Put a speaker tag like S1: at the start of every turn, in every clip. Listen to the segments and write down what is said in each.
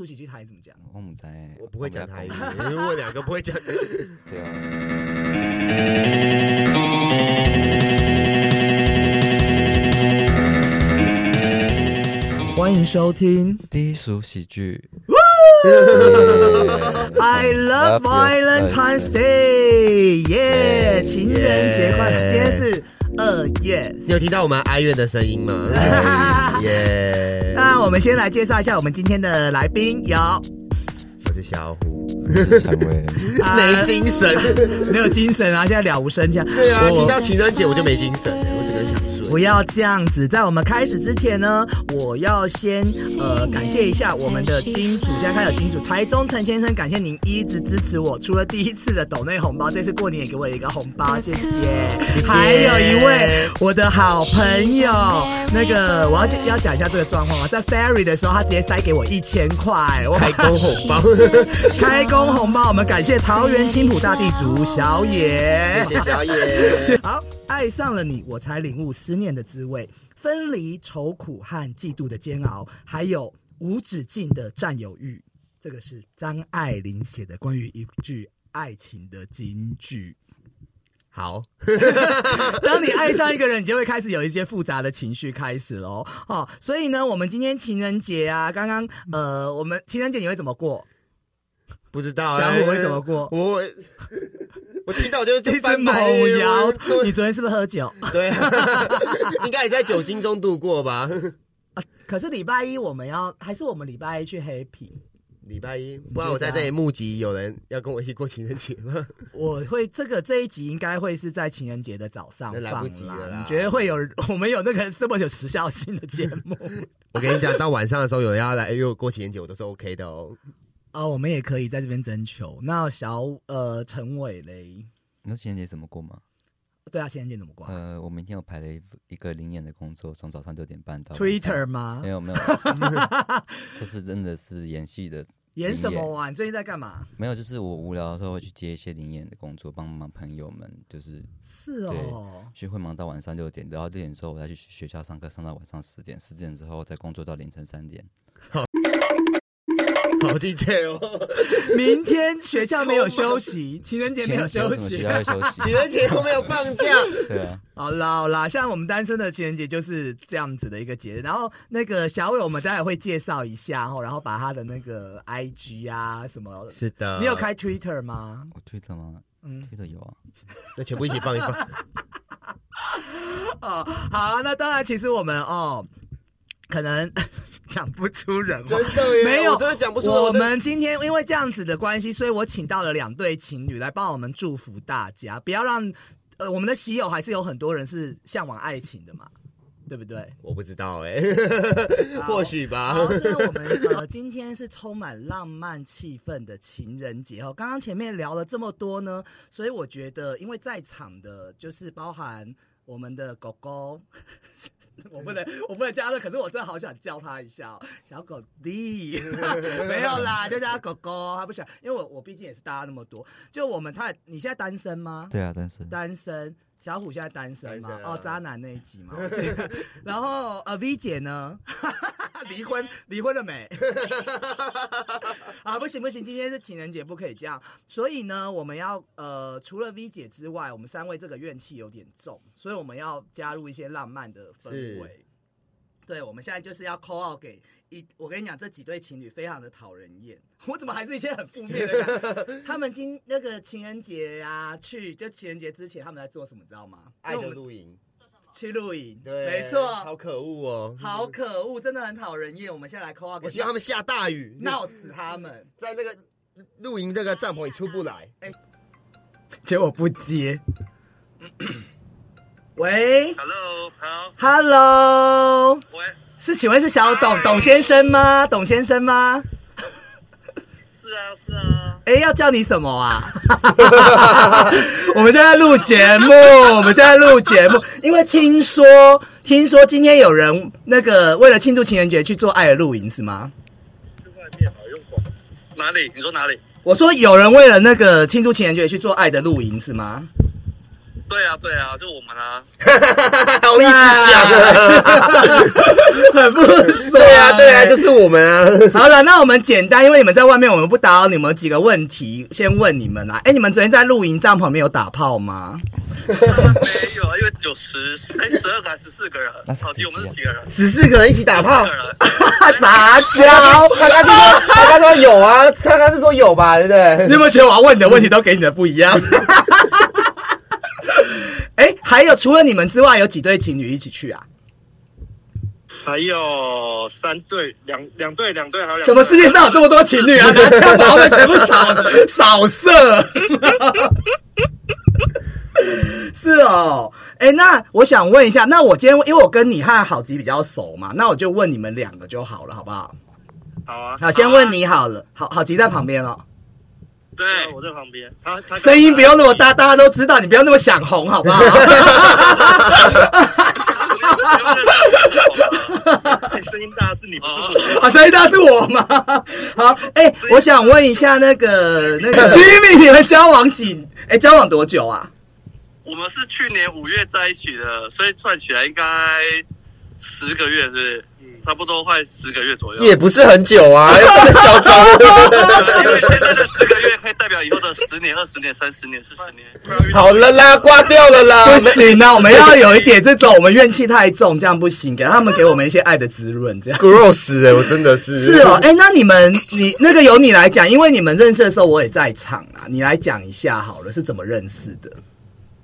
S1: 出喜剧台怎么讲？
S2: 我唔知欸，
S3: 我不会讲台语，
S2: 我不知
S3: 因为我两个不会讲。
S2: 道。对啊，
S1: 欢迎收听
S2: 低俗喜剧。
S1: I Love Valentine's Day，耶！情人节快乐！今天是二月。
S3: 你有听到我们哀怨的声音吗？ 哎耶！
S1: 那我们先来介绍一下我们今天的来宾，有
S3: 我是小虎，
S2: 成为
S1: 啊
S3: 没精 神。
S1: 没有精神啊？现在了无生气。
S3: 对啊，提
S1: 我
S3: 到情人节我就没精神了，我只能想
S1: 不
S3: 睡。
S1: 要这样子，在我们开始之前呢，我要先呃感谢一下我们的金主，现在开始有金主台中陈先生，感谢您一直支持我，除了第一次的抖内红包，这次过年也给我一个红包， 谢谢。
S3: 谢
S1: 还有一位我的好朋友，那个我要要讲一下这个状况啊，在 Ferry 的时候，他直接塞给我一千块，我
S3: 开工红 包，
S1: 开工红包，我们感谢桃园青浦大地主小野，
S3: 哎谢谢小 野。
S1: 好，爱上了你，我才领悟思念的滋味，分离、愁苦和嫉妒的煎熬，还有无止境的占有欲。这个是张爱玲写的关于一句爱情的金句。
S3: 好，
S1: 当你爱上一个人，你就会开始有一些复杂的情绪开始喽。哦，所以呢，我们今天情人节啊，刚刚
S3: 嗯
S1: 呃，我们情人节你会怎么过？
S3: 不知道哎
S1: 小虎会怎么过
S3: 我我我听到就
S1: 这
S3: 就
S1: 只
S3: 翻
S1: 猛
S3: 白眼
S1: 摇
S3: 我，
S1: 你
S3: 对
S1: 昨天是不是喝酒？
S3: 对啊， 应该也在酒精中度过吧？
S1: 可是礼拜一我们要，还是我们礼拜一去 happy？
S3: 礼拜一，不然我在这里募集有人要跟我一起过情人节吗？
S1: 我会这个这一集应该会是在情人节的早上
S3: 那
S1: 放
S3: 来不及了啦
S1: 你觉得会有 我们有那个这么有时效性的节目？
S3: 我跟你讲，到晚上的时候有人要来约我过情人节，我都是 OK 的哦。
S1: 哦，我们也可以在这边征求。那小呃陈伟嘞，
S2: 你说情人节怎么过吗？
S1: 对啊，情人节怎么过啊、
S2: 呃，我明天有排了一一个零演的工作，从早上六点半到晚上
S1: Twitter 吗
S2: 没？有没有，就是真的是演戏的，
S1: 演什么啊？你最近在干嘛？
S2: 没有，就是我无聊的时候会去接一些零演的工作，帮忙朋友们，就是
S1: 是哦，
S2: 学会忙到晚上六点，然后六点之后我再去学校上课，上到晚上十点，十点之后再工作到凌晨三点。
S3: 好 detail 哦，
S1: 明天学校没有休息，情人节没有休
S2: 情人节为什么学
S1: 息
S2: 校。会休息
S3: 情人节都没有放假。
S2: 对啊，
S1: 好啦好啦，像我们单身的情人节就是这样子的一个节日。然后那个小伟，我们待会会介绍一下哦，然后把他的那个 IG 啊什么
S3: 是的，
S1: 你有开 Twitter 吗？
S2: 我推特吗？
S1: 嗯，
S2: 推特有啊。
S3: 那全部一起放一放。
S1: 哦，好，那当然，其实我们哦，可能讲不出人话
S3: 真。的耶，
S1: 没有
S3: 我真的讲不出来。
S1: 我
S3: 真的
S1: 们今天因为这样子的关系，所以我请到了两对情侣来帮我们祝福大家，不要让呃我们的喜友还是有很多人是向往爱情的嘛，对不对？
S3: 我不知道哎、
S1: 好
S3: 或许吧
S1: 好，。所以我们呃，今天是充满浪漫气氛的情人节哦。刚刚前面聊了这么多呢，所以我觉得，因为在场的，就是包含我们的狗狗， 我不能，我不能叫它，可是我真的好想叫它一下、哦，小狗弟， 没有啦，就叫它狗狗，它不想，因为我我毕竟也是大家那么多，就我们他，你现在单身吗？
S2: 对啊，但是
S1: 单身，小虎现在单身嘛
S3: 单？身啊
S1: 哦，渣男那一集 嘛。这个然后呃，V 姐呢？离婚， 离婚了没？啊，不行不行，今天是情人节，不可以这样。所以呢，我们要呃，除了 V 姐之外，我们三位这个怨气有点重，所以我们要加入一些浪漫的氛围
S3: 是。
S1: 对，我们现在就是要 call out 给一，我跟你讲，这几对情侣非常的讨人厌。 我怎么还是一些很负面的感觉？他们今那个情人节啊，去就情人节之前他们在做什么，你知道吗？
S3: 爱
S1: 那
S3: 的
S1: 我们
S3: 露营，
S1: 去露营，
S3: 对，
S1: 没错，
S3: 好可恶哦。
S1: 好可恶，真的很讨人厌。我们现在来 call out 给
S3: 我希望他们下大雨，
S1: 闹死他 们。
S3: 在那个露营那个帐篷里出不来。
S1: 结果不接。 喂
S4: Hello，好，
S1: ，Hello，
S4: 喂，
S1: 是请问是小董董先生吗？董先生吗？
S4: 是啊，是啊，
S1: 哎，要叫你什么啊？ 我们现在录节目，我们现在录节目，因为听说听说今天有人那个为了庆祝情人节去做爱的露营是吗？
S4: 哪里？你说哪里？
S1: 我说有人为了那个庆祝情人节去做爱的露营是吗？
S4: 对啊，对啊，就我们啊，
S3: 好意思讲啊？
S1: 很不爽。欸
S3: 对啊，对啊，就是我们啊。
S1: 好了，那我们简单，因为你们在外面，我们不打扰你们。有几个问题先问你们啦。哎、你们昨天在露营帐篷里面有打炮吗？
S4: 没有啊，因为有十哎十二个还是四个人
S2: 那，是
S4: 好记我们是几个人？
S3: 十四个人一起 打炮
S4: 四，个人，
S1: 杂
S3: 对啊
S1: 交。
S3: 他刚是说，他刚说有啊，他刚是说有吧，对不
S1: 你
S3: 对？
S1: 有没有觉得我要问你的问题都给你的不一样？ 哎、还有除了你们之外，有几对情侣一起去啊？
S5: 还有三对，两两对，两对，还有两对
S1: 怎么世界上有这么多情侣啊？拿枪把他们全部扫扫射。 是哦，哎、那我想问一下，那我今天因为我跟你和郝吉比较熟嘛，那我就问你们两个就好了，好不好？
S5: 好啊？
S1: 好，先问你好了，好好吉在旁边哦，
S5: 对，
S4: 对，
S5: 我在旁边，他
S4: 啊
S5: 他
S1: 声音不用那么大，大家都知道，你不要那么想红，好不好？
S5: 哎，声音大是你不是我。
S4: 哦，
S1: 啊，声音大是我吗？ 好，哎、我想问一下那个那个 Jimmy，你们交往几？哎、交往多久啊？
S4: 我们是去年五月在一起的，所以算起来应该十个月，是不是？差不多快十个月左右。
S3: 也不是很久啊，要不然嚣张。
S4: 因为现在的十个月可以代表以后的十年、二十年、三十年、四十年。
S3: 好了啦，挂掉了啦。
S1: 不行啊，我们要有一 点这种，我们怨气太重，这样不行，给他们给我们一些爱的滋润，这样。
S3: gross 哎，我真的是
S1: 是哦，哎、那你们，你那个由你来讲，因为你们认识的时候我也在场啊，你来讲一下好了，是怎么认识 的？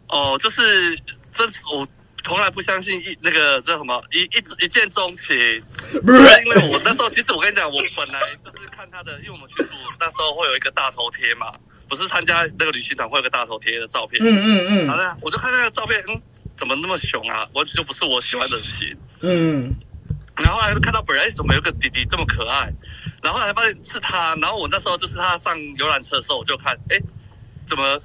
S4: 哦，就是这我从来不相信一那个这什么一一一见钟情，就是因为我那时候其实我跟你讲，我本来就是看他的，因为我们群主那时候会有一个大头贴嘛，不是参加那个旅行团会有个大头贴的照片，
S1: 嗯嗯
S4: 好
S1: 嗯
S4: 了，我就看那个照片，嗯，怎么那么熊啊？我就不是我喜欢的型。
S1: 嗯，
S4: 然后后来就看到本人哎怎么有个弟弟这么可爱，然后后来发现是他，然后我那时候就是他上游览车的时候，我就看，哎，怎么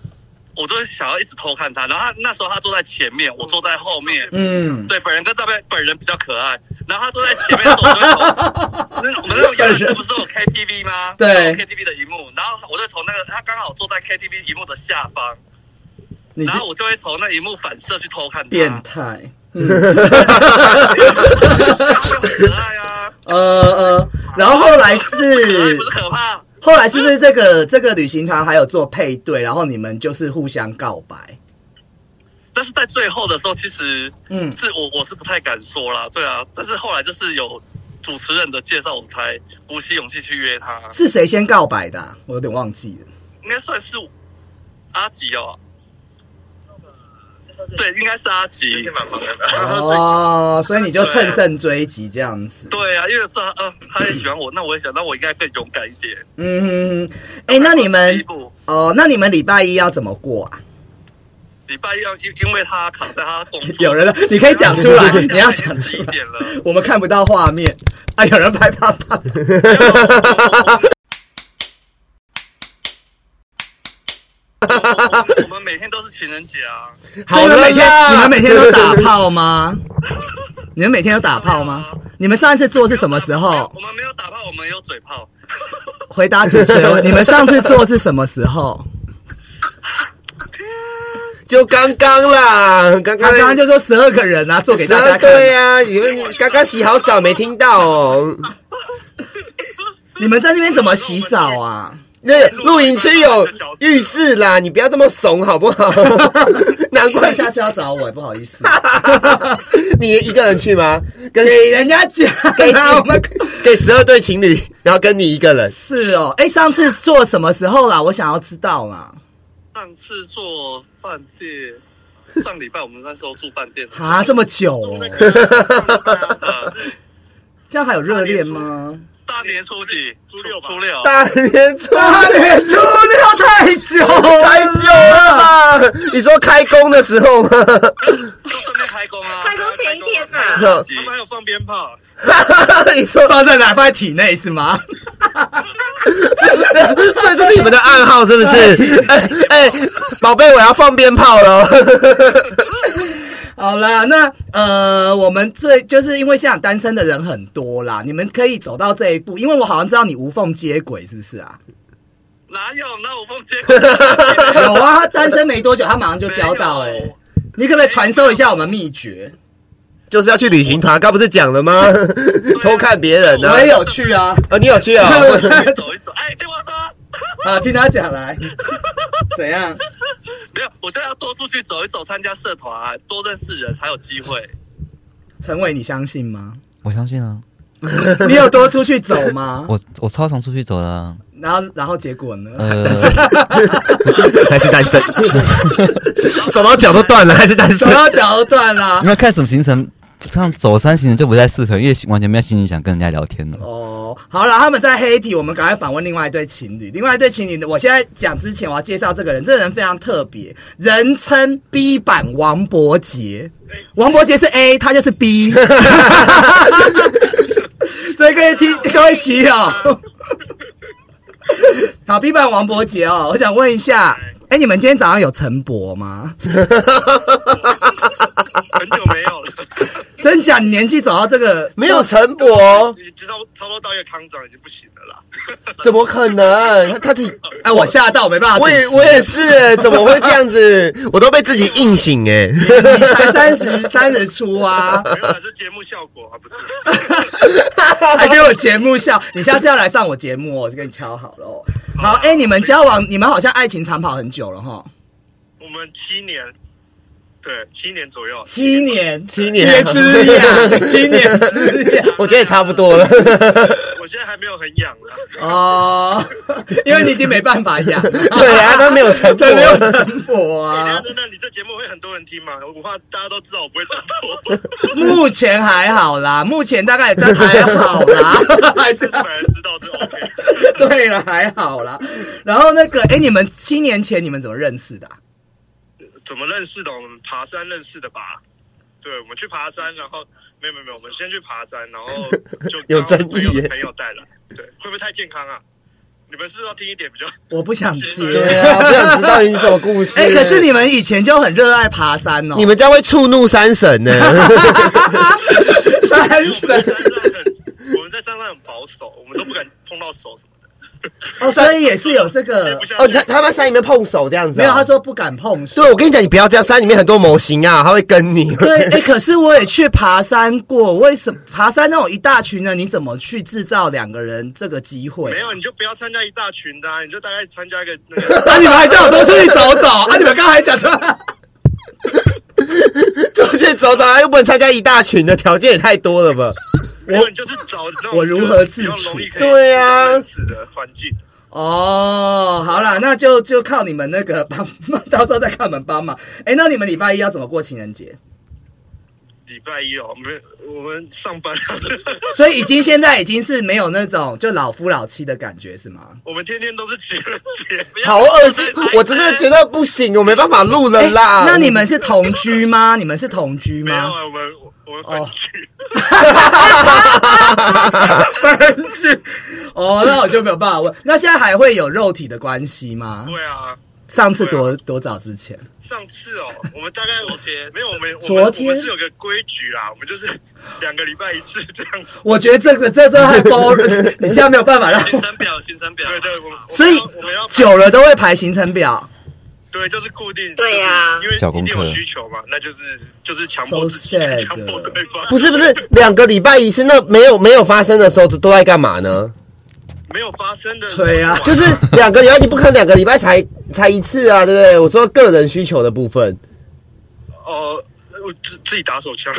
S4: 我都想要一直偷看他，然后他那时候他坐在前面，我坐在后面，
S1: 嗯，
S4: 对，本人跟照片本人比较可爱，然后他坐在前面的时候，我就会从那我们那种游览车不是有 KTV 吗？
S1: 对
S4: 有，KTV 的荧幕，然后我就从那个他刚好坐在 KTV 荧幕的下方，
S1: 你
S4: 然
S1: 这
S4: 后我就会从那荧幕反射去偷看他，
S1: 变态，嗯
S4: 可爱啊，
S1: 呃呃，然后后来
S4: 可爱
S1: 是
S4: 不是可怕。
S1: 后来是不是这个这个旅行团还有做配对，然后你们就是互相告白？
S4: 但是在最后的时候，其实
S1: 嗯，
S4: 是我我是不太敢说啦，对啊。但是后来就是有主持人的介绍，我才鼓起勇气去约他，
S1: 是谁先告白的啊、我有点忘记了。
S4: 应该算是阿吉哦。对，应该是阿吉。
S1: 哦，所以你就趁胜追击这样子。
S4: 对啊，因为是他呃，他也喜欢我，那我也想，那我应该更勇敢一点。
S1: 嗯，哎、那你
S4: 第一
S1: 们
S4: 步，
S1: 哦，那你们礼拜一要怎么过啊？
S4: 礼拜一要因因为他卡在他工作，
S1: 有人了，你可以讲出来，你要讲
S4: 十
S1: 出
S4: 一
S1: 来，
S4: 点了。
S1: 我们看不到画面 啊！有人拍啪啪。
S4: 我们每天都是情人节啊。
S1: 哎所以
S3: 好
S1: 你们
S3: 了
S1: 每天
S3: 啦。
S1: 你们每天都打炮吗？你们每天都打炮吗
S4: 对啊？
S1: 你们上一次做是什么时候
S4: 我？们没有打炮，我们有嘴炮。
S1: 回答主持人，你们上次做是什么时候？
S3: 就刚刚啦，刚
S1: 他
S3: 刚
S1: 刚刚就说十二个人啊，做给大家看。
S3: 对呀、啊你们刚刚洗好澡没听到 哦？
S1: 你们在那边怎么洗澡 啊？
S3: 那个露营区有浴室啦，你不要这么怂好不好？ 难怪
S1: 下次要找我，不好意思，
S3: 你一个人去吗？跟
S1: 给人家讲啊。我们
S3: 给十二对情侣，然后跟你一个人，
S1: 是 哦，哎，上次做什么时候啦？我想要知道啦。
S4: 上次做饭店，上礼拜我们那时候住饭店。
S1: 啊，这么久哦，
S4: 呃，
S1: 这样还有热恋吗？
S4: 大年初几？初
S5: 六吧
S4: 初六。
S3: 大年初
S1: 大年初六太久
S3: 太久了吧？你说开工的时候吗？
S4: 就顺便开工 啊！
S6: 开工前一天啊呐
S4: 开工前啊
S5: 他
S4: 一
S5: 们还
S4: 天
S5: 有放鞭炮，
S3: 你说，
S1: 放在哪？放在体内是吗？
S3: 所以这是你们的暗号是不是？哎哎，宝贝，我要放鞭炮了。
S1: 好啦，那呃，我们最就是因为现在单身的人很多啦，你们可以走到这一步，因为我好像知道你无缝接轨，是不是 啊？
S4: 哪有？那我放结果
S1: 有啊，他单身没多久，他马上就交到哎、
S4: 没有
S1: 你可不可以传授一下我们秘诀？
S3: 就是要去旅行团，刚不是讲了吗？偷看别人呢、
S1: 我也有去啊，
S3: 啊，你有去啊、
S1: 欸
S4: 走一走，哎，听我 说，
S1: 好，听他讲来，怎样？
S4: 没有，我觉得要多出去走一走，参加社团，多认识人才有机会。
S1: 陈伟，你相信吗？
S2: 我相信啊，
S1: 你有多出去走吗？
S2: 我我超常出去走的、啊，
S1: 然后，然后结果呢？
S2: 呃，
S3: 还是单 身，走到脚都断了，还是单身
S1: 手。要脚都断了
S2: 因。为看什么行程，像走山行程就不太适合，因为完全没有心情想跟人家聊天了。
S1: 哦，好了，他们在黑皮，我们赶快访问另外一对情侣。另外一对情侣呢，我现在讲之前，我要介绍这个人，这个人非常特别，人称 B 版王伯杰。
S3: 哎
S1: 王伯杰是 A，他就是 B。所以各位听，各位喜友，好，B 版王伯杰哦，我想问一下，哎、你们今天早上有陈博吗？
S4: 很久没有了，
S1: 真假？你年纪走到这个，
S3: 没有陈
S1: 哦
S3: 博， 哦
S4: 你知道，差不多到一个康长已经不行了啦。
S3: 怎么可能？他他挺，啊
S1: 哎、我吓到，没办法主
S3: 我
S1: 持。
S3: 也我也是，欸怎么会这样子？ 我都被自己硬醒哎、
S1: 你才三十三十出啊，
S4: 原来是节目效果啊，不是？
S1: 还给我节目笑。你下次要来上我节目、哦，我就跟你敲好了、哦。好，哎、你们交往，你们好像爱情长跑很久了哈，
S4: 我们七年，对，七年左右，
S1: 七年，
S3: 七年
S1: 之痒， 七年之痒。
S3: 我觉得也差不多 了。
S4: 我现在还没有很痒了。
S1: 哦， 因为你已经没办法养了，
S3: 对啊，他没 有陈博
S1: 这，没有成果
S4: 那
S1: 啊。
S4: 那那你这节目会很多人听吗？我怕大家都知道我不会唱错，
S1: 目前还好啦，目前大概也在还好 啦，还
S4: 四
S1: 是
S4: 十百人知道就 OK。
S1: 对了，还好啦。然后那个，哎、你们七年前你们怎么认识的啊、
S4: 怎么认识的？我们爬山认识的吧？对，我们去爬山，然后没有没有没有，我们先去爬山，然后就
S3: 有
S4: 刚好
S3: 争
S4: 朋
S3: 议
S4: 友
S3: 耶
S4: 的朋友带来，对，会不会太健康啊？你们是不是要听一点比较？
S1: 我不想
S4: 对
S1: 接
S3: 对。啊，我不想知道你什么故事。
S1: 哎、可是你们以前就很热爱爬山哦，
S3: 你们这样会触怒三神呢、
S1: 山
S4: 因为我们在
S1: 神
S4: 山上很，我们在山上很保守，我们都不敢碰到手什么的。
S1: 哦，所以也是有这
S4: 也
S1: 个
S4: 不。像 啊
S3: 哦，他他在山里面碰手这样子、啊
S1: 没有，他。说不敢碰水。
S3: 对，我跟你讲，你不要这样，山里面很多模型啊，他会跟 你。
S1: 对，哎、可是我也去爬山过，为什么爬山那种一大群人，你怎么去制造两个人这个机会？
S4: 没有，你就不要参加一大群的、啊，你就大概参加一个那
S1: 啊，你们还叫我多出去走 走，啊，你们刚才还讲说，
S3: 出去走走啊，又不能参加一大群的，条件也太多了 吧？
S4: 个，我你就是找那种
S1: 我如何自
S4: 比较
S1: 处
S4: 容易可以
S3: 对啊
S4: 认识的环境。
S1: 哦，好啦，那就就靠你们那个 帮，到时候再靠你们帮忙。哎、那你们礼拜一要怎么过情人节？
S4: 礼拜一哦，我们我们上班，啊
S1: 所以已经现在已经是没有那种就老夫老妻的感觉是吗？
S4: 我们天天都是情人节。
S3: 好恶心，我真的觉得不行，我没办法录了
S1: 哎
S3: 啦。
S1: 那你们是同居吗？你们是同居
S4: 没有
S1: 吗？
S4: 啊，我们我们分居，
S3: 哦
S1: 同居。哦，那我就没有办法问。那现在还会有肉体的关系吗？
S4: 对啊。
S1: 上次多多早之前，
S4: 上次哦，我们大概昨天没有，我们我们
S1: 昨天
S4: 我们是有个规矩啊啦，我们就是两个礼拜一次这样子。
S1: 我觉得这个这这太 boring，你这样没有办法让我。
S6: 程表，行程表
S4: 对对，我们我们
S1: 啊所以
S4: 要我们要
S1: 久了都会排行程表，
S4: 对，就是固定
S7: 对呀
S4: 就是
S2: 小
S4: 因为
S2: 功
S4: 一
S2: 课
S4: 定有需求嘛，那就是就是强迫
S1: So
S4: 自己
S1: sad
S4: 强迫对方，
S3: 不是不是两个礼拜一次，那没有没有发生的时候都在干嘛呢？
S4: 没有发生的
S1: 吹啊
S3: 就是两个礼拜，你不可能两个礼拜才才一次啊，对不对？我说个人需求的部分，
S4: 哦。我自自己打手枪，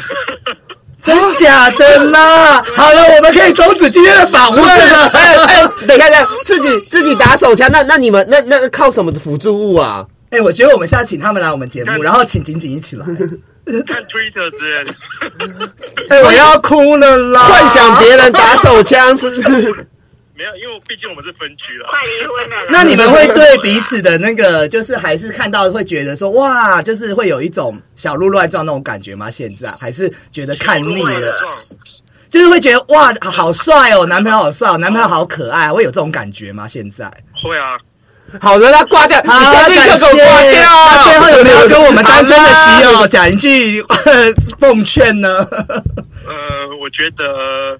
S1: 真
S3: 哦
S1: 假的啦？好了，我们可以终止今天的访问 了。
S3: 哎哎，等一 下等一下，自己自己打手枪，那那你们那那靠什么辅助物啊？
S1: 哎、我觉得我们现在请他们来我们节目，然后请景景一起 来。
S4: 看 Twitter 之类的，
S1: 哎、我要哭了啦！
S3: 幻想别人打手枪是
S4: 没有，因为毕竟我们是分居啦。
S7: 快离婚了啦。
S1: 那你们会对彼此的那个，就是还是看到会觉得说哇，就是会有一种小鹿乱撞那种感觉吗？现在还是觉得看腻了，就是会觉得哇，好帅哦，男朋友好帅哦，男朋友好可爱，会有这种感觉吗？现在？
S4: 会啊，
S3: 好了，那挂掉，你
S1: 好，
S3: 现在
S1: 感
S3: 立
S1: 谢。
S3: 刻给我挂
S1: 那
S3: 掉。
S1: 最后有没有跟我们单身的哦喜 友讲一句呃奉劝呢？
S4: 呃，我觉得，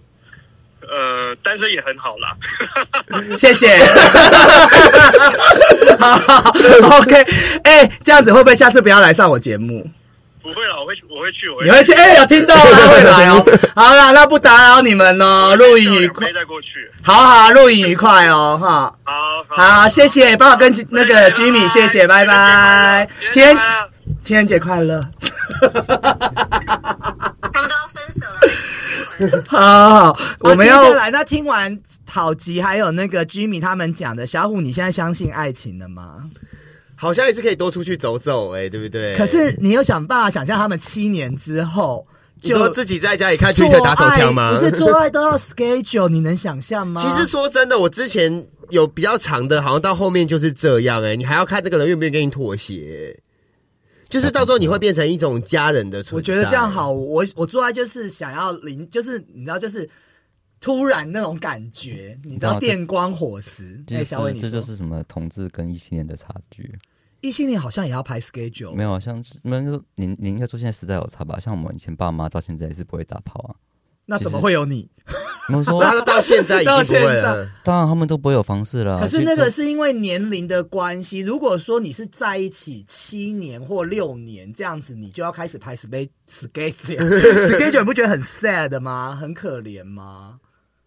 S4: 呃，单身也很好啦。
S1: 谢 谢。好，OK，哎、这样子会不会下次不要来上我节目？
S5: 不会啦，我会去，我会去，我
S1: 你会
S5: 去。
S1: 去？哎、有听到吗？他会来哦。好啦，那不打扰你们喽，录影愉快
S5: 没，再过去。
S1: 好好录影愉快哦，哈。
S5: 好
S1: 好，谢谢，帮我跟那个 Jimmy，谢谢，拜拜。情人
S4: 拜拜
S1: 情人节快 乐。
S6: 他们都要分 手了，还是结婚？
S1: 好，我们
S3: 接
S1: 要
S3: 下
S1: 来。那听完讨吉还有那个 Jimmy 他们讲的，小虎，你现在相信爱情了吗？
S3: 好像也是可以多出去走走、哎，对不对？
S1: 可是你有想办法想象他们七年之后
S3: 你说
S1: 就
S3: 自己在家里看 Twitter 打手枪吗？
S1: 哎做爱不是 做爱都要 schedule，你能想象吗？
S3: 其实说真的，我之前有比较长的，好像到后面就是这样哎、你还要看这个人愿不愿意跟你妥协、就是到时候你会变成一种家人的存在。
S1: 我觉得这样好，，我我做爱就是想要零，就是你知道，就是突然那种感觉，你知道
S2: 然后这
S1: 电光火石。哎、
S2: 这
S1: 小伟，
S2: 哦就是
S1: 你
S2: 这
S1: 说
S2: 就是什么同志跟异性恋的差距。
S1: 异性恋好像也要排 schedule，
S2: 没有，啊像是没有说您您应该说现在时代有差吧？像我们以前爸妈到现在也是不会打炮啊。
S1: 那怎么
S2: 其实
S1: 会有你？
S2: 我 们说
S3: 那，他到现在已经不会
S1: 哦到
S3: 了
S1: 现。
S2: 当然他们都不会有方式了啊。
S1: 可是那
S2: 就
S1: 个是因为年龄的关系。如果说你是在一起七年或六年这样子，你就要开始排 spe- schedule schedule，你不觉得很 sad 吗？很可怜吗？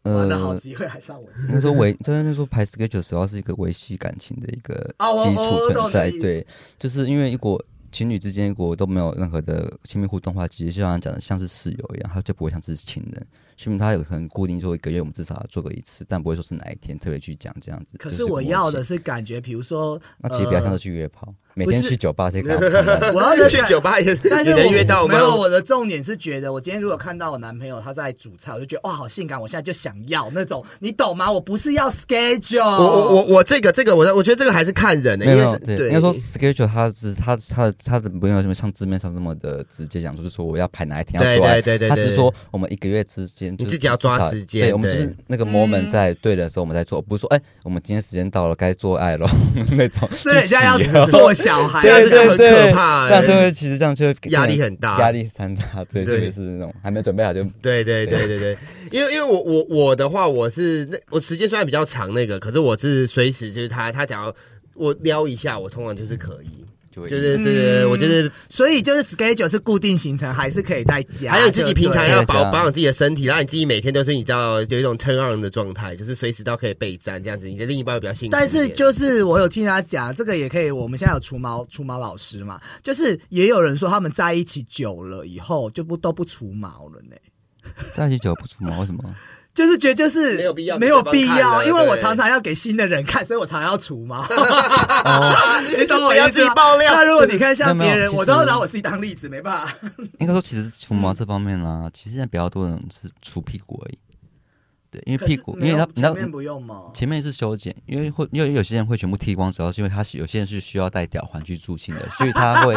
S1: 完了，好
S2: 呃，
S1: 机会还上我机
S2: 那时候维，就是那时候排 schedule 主要是一个维系感情的一个
S1: 哦我
S2: 基
S1: 我
S2: 础
S1: 我懂
S2: 存在。
S1: 你的意思
S2: 对，就是因为如果情侣之间如果都没有任何的亲密互动的话，其实就像讲的像是室友一样，他就不会像是情人。说明他有可能固定说一个月我们至少要做个一次，但不会说是哪一天特别去讲这样子。
S1: 可
S2: 就是是
S1: 我
S2: 默
S1: 要的
S2: 契，
S1: 是感觉，比如说，
S2: 那其实比较像
S1: 呃
S2: 是去约炮，每
S1: 不
S2: 天
S1: 是
S2: 去酒 吧这个看看。
S1: 我要的
S3: 去
S1: 感
S3: 酒吧也
S1: 哦但是
S3: 也
S1: 我
S3: 能约到吗
S1: 没？有，我的重点是觉得，我今天如果看到我男朋友他在煮菜，我就觉得哇，好性感，我现在就想要那种，你懂吗？我不是要 schedule，
S3: 我我我我这个这个我我觉得这个还是看人的、
S2: 没有
S3: 因
S2: 没
S3: 为
S2: 有，
S3: 是
S2: 对，
S3: 对
S2: 应该说 schedule 它是它它它的没有什么像字面上这么的直接讲，就是说我要排哪一天
S3: 对
S2: 要做爱，
S3: 对对对
S2: 它
S3: 对
S2: 只是说我们一个月之间，就是
S3: 自己要抓
S2: 至少
S3: 时间
S2: 对，我们就
S3: 对
S2: 是那个 moment 在对的时候我们在做，不是说哎，我们今天时间到了该做爱了那种，
S1: 所以人家
S2: 去洗
S1: 要做小孩，
S3: 啊这样
S2: 对
S3: 子就很
S2: 对对
S3: 可怕、
S2: 这样就
S3: 哎
S2: 会其实这样就会
S3: 压力很大
S2: 压力山大，对，
S3: 对
S2: 特别是那种还没准备好就
S3: 对对对对对，因为因为我我我的话，我是那我时间虽然比较长，那个可是我是随时就是他他只要我撩一下，我通常就是可以，
S2: 就会
S3: 就是
S1: 嗯
S3: 对对对，我就是
S1: 所以就是 schedule 是固定行程，还是可以在家，
S3: 还有自己平常要
S2: 对对
S3: 保
S2: 啊
S3: 保养自己的身体，让你自己每天都是你知道有一种 turn on 的状态，就是随时都可以备战这样子，你的另一半会比较幸福一点。
S1: 但是就是我有听人家讲，这个也可以。我们现在有除毛除毛老师嘛，就是也有人说他们在一起久了以后就不都不除毛了呢。
S2: 在一起久了不出门，为什么？
S1: 就是觉得就是
S3: 没有必要
S1: 没有必
S3: 给对方
S1: 要，
S3: 看了
S1: 因为我
S3: 对
S1: 常常要给新的人看，所以我常常要除 毛。你懂
S3: 不
S1: 我意
S3: 要自
S1: 思
S3: 己
S1: 吗？
S3: 爆料
S1: 那如果你看像别
S2: 没有没
S1: 人，
S2: 有其实
S1: 我都要拿我自己当例子，没办法。
S2: 应该说，其实除毛
S1: 嗯
S2: 这方面啦，其实现在比较多人是除屁股而已。对，因为屁股，
S1: 可是
S2: 因为他
S1: 没有
S2: 你知道
S1: 前面不用吗？
S2: 前面是修剪，因为会因为有些人会全部剃光，主要是因为他是有些人是需要戴吊环去助兴的，所以 他会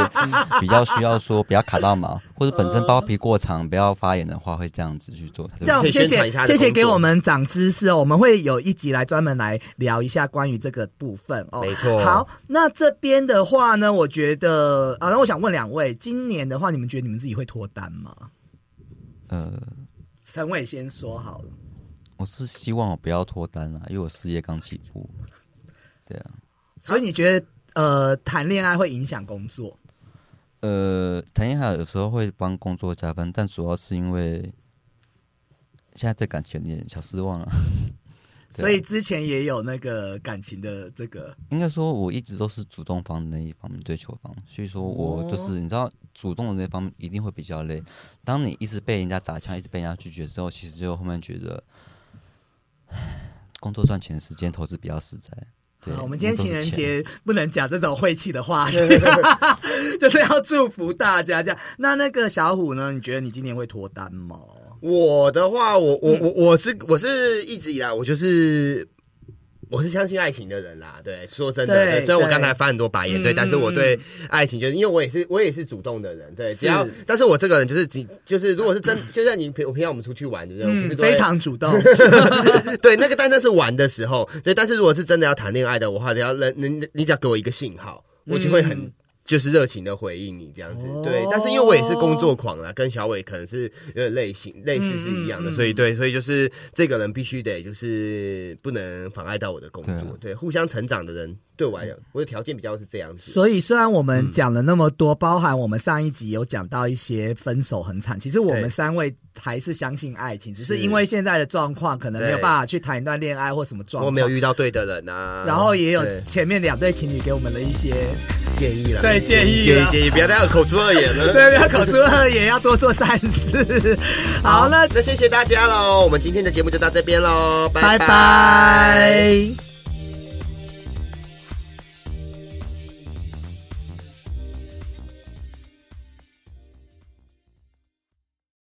S2: 比较需要说不要卡到毛，或者本身包皮过长，不要发炎的话，会这样子去做。他就
S1: 这样
S3: 可以
S1: 谢
S3: 宣传
S1: 谢
S3: 一下他的
S1: 谢谢
S3: 工作
S1: 给我们长知识哦，我们会有一集来专门来聊一下关于这个部分哦。
S3: 没错
S1: 好，那这边的话呢，我觉得啊，那我想问两位，今年的话，你们觉得你们自己会脱单吗？
S2: 呃，
S1: 陈伟先说好了。
S2: 我是希望我不要脱单啊啦，因为我事业刚起步。对啊，
S1: 所以你觉得呃，谈恋爱会影响工作？
S2: 呃，谈恋爱有时候会帮工作加分，但主要是因为现在对感情有点小失望了。对啊
S1: 所以之前也有那个感情的这个，
S2: 应该说，我一直都是主动方的那一方面追求方，所以说我
S1: 哦
S2: 就是、你知道，主动的那方面一定会比较累。当你一直被人家打枪，一直被人家拒绝之后，其实就后面觉得，唉工作赚钱，时间投资比较实在。对，
S1: 好我们今天
S2: 那都
S1: 情
S2: 是
S1: 人节
S2: 钱，
S1: 不能讲这种晦气的话，就是要祝福大家这样。那那个小虎呢？你觉得你今年会脱单吗？
S3: 我的话，我我我我是我是一直以来我就是。我是相信爱情的人啦，对，说真的，
S1: 对
S3: 对虽然我
S1: 对
S3: 刚才翻很多白眼，对，
S1: 嗯
S3: 但是我
S1: 嗯
S3: 对爱情就是因为我也是我也是主动的人，对，
S1: 是
S3: 只要，但是我这个人就是只就是如果是真，就像你平我平常我们出去玩，对不对？我不
S1: 嗯
S3: 是，都会
S1: 非常主 动。
S3: 对，那个但那是玩的时候，对，但是如果是真的要谈恋爱的话，只要能能你只要给我一个信号，我就会很。就是热情的回应你这样子。
S1: 嗯哦
S3: 对，但是因为我也是工作狂啦，跟小伟可能是有点类型类似是一样的，
S1: 嗯嗯嗯
S3: 所以对，所以就是这个人必须得就是不能妨碍到我的工作，
S2: 对啊
S3: 对，互相成长的人对我来讲，我的条件比较是这样子。
S1: 所以，虽然我
S3: 嗯
S1: 们讲了那么多，包含我们上一集有讲到一些分手很惨，其实我们
S3: 对
S1: 三位还是相信爱情，只是
S3: 是
S1: 因为现在的状况，可能没有
S3: 对
S1: 办法去谈一段恋爱或什么状
S3: 我
S1: 况。
S3: 没有遇到对的人啊，
S1: 然后也有
S3: 对
S1: 前面两对情侣给我们的一些，
S3: 建议了，
S1: 对建议
S3: 建议
S1: 啦
S3: 建议，不要再有口出恶言了。
S1: 对，要口出恶言，要多做善事。好，那
S3: 那谢谢大家喽，我们今天的节目就到这边喽，
S1: 拜
S3: 拜拜
S1: 拜